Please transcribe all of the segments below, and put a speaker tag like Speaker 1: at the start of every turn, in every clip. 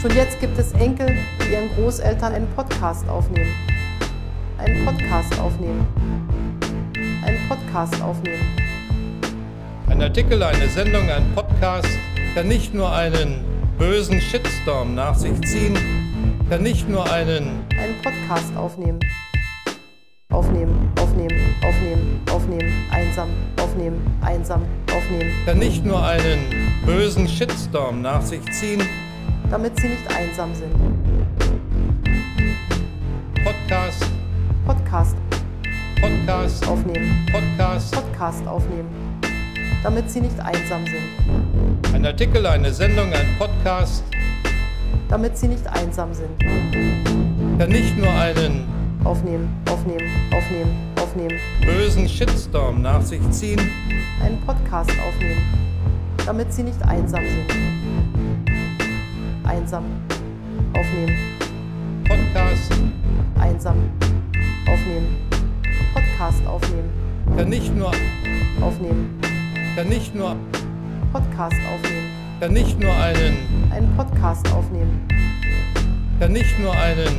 Speaker 1: Schon jetzt gibt es Enkel, die ihren Großeltern einen Podcast aufnehmen. Einen Podcast aufnehmen. Einen Podcast aufnehmen.
Speaker 2: Ein Artikel, eine Sendung, ein Podcast kann nicht nur einen bösen Shitstorm nach sich ziehen, kann nicht nur einen
Speaker 1: Einen Podcast aufnehmen. Aufnehmen, aufnehmen, aufnehmen, aufnehmen, einsam, aufnehmen, einsam, aufnehmen,
Speaker 2: kann nicht nur einen bösen Shitstorm nach sich ziehen.
Speaker 1: damit sie nicht einsam sind.
Speaker 2: Podcast,
Speaker 1: Podcast
Speaker 2: Podcast,
Speaker 1: aufnehmen,
Speaker 2: Podcast.
Speaker 1: Podcast aufnehmen, damit sie nicht einsam sind,
Speaker 2: Ein Artikel, eine Sendung, ein Podcast
Speaker 1: damit sie nicht einsam sind.
Speaker 2: kann nicht nur einen
Speaker 1: Aufnehmen, aufnehmen, aufnehmen, aufnehmen.
Speaker 2: bösen Shitstorm nach sich ziehen.
Speaker 1: einen Podcast aufnehmen, damit sie nicht einsam sind. Einsam aufnehmen,
Speaker 2: Podcast
Speaker 1: einsam aufnehmen, Podcast aufnehmen,
Speaker 2: kann nicht nur
Speaker 1: aufnehmen,
Speaker 2: kann nicht nur
Speaker 1: Podcast aufnehmen,
Speaker 2: kann nicht nur einen
Speaker 1: einen Podcast aufnehmen,
Speaker 2: kann nicht nur einen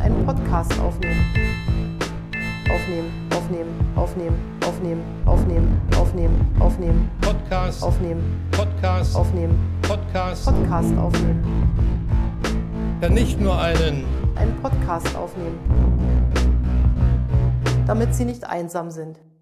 Speaker 1: einen Podcast aufnehmen. Aufnehmen, aufnehmen, aufnehmen, aufnehmen, aufnehmen, aufnehmen, aufnehmen,
Speaker 2: Podcast
Speaker 1: aufnehmen,
Speaker 2: Podcast
Speaker 1: aufnehmen,
Speaker 2: Podcast
Speaker 1: Podcast aufnehmen,
Speaker 2: kann nicht nur einen
Speaker 1: einen Podcast aufnehmen, damit sie nicht einsam sind.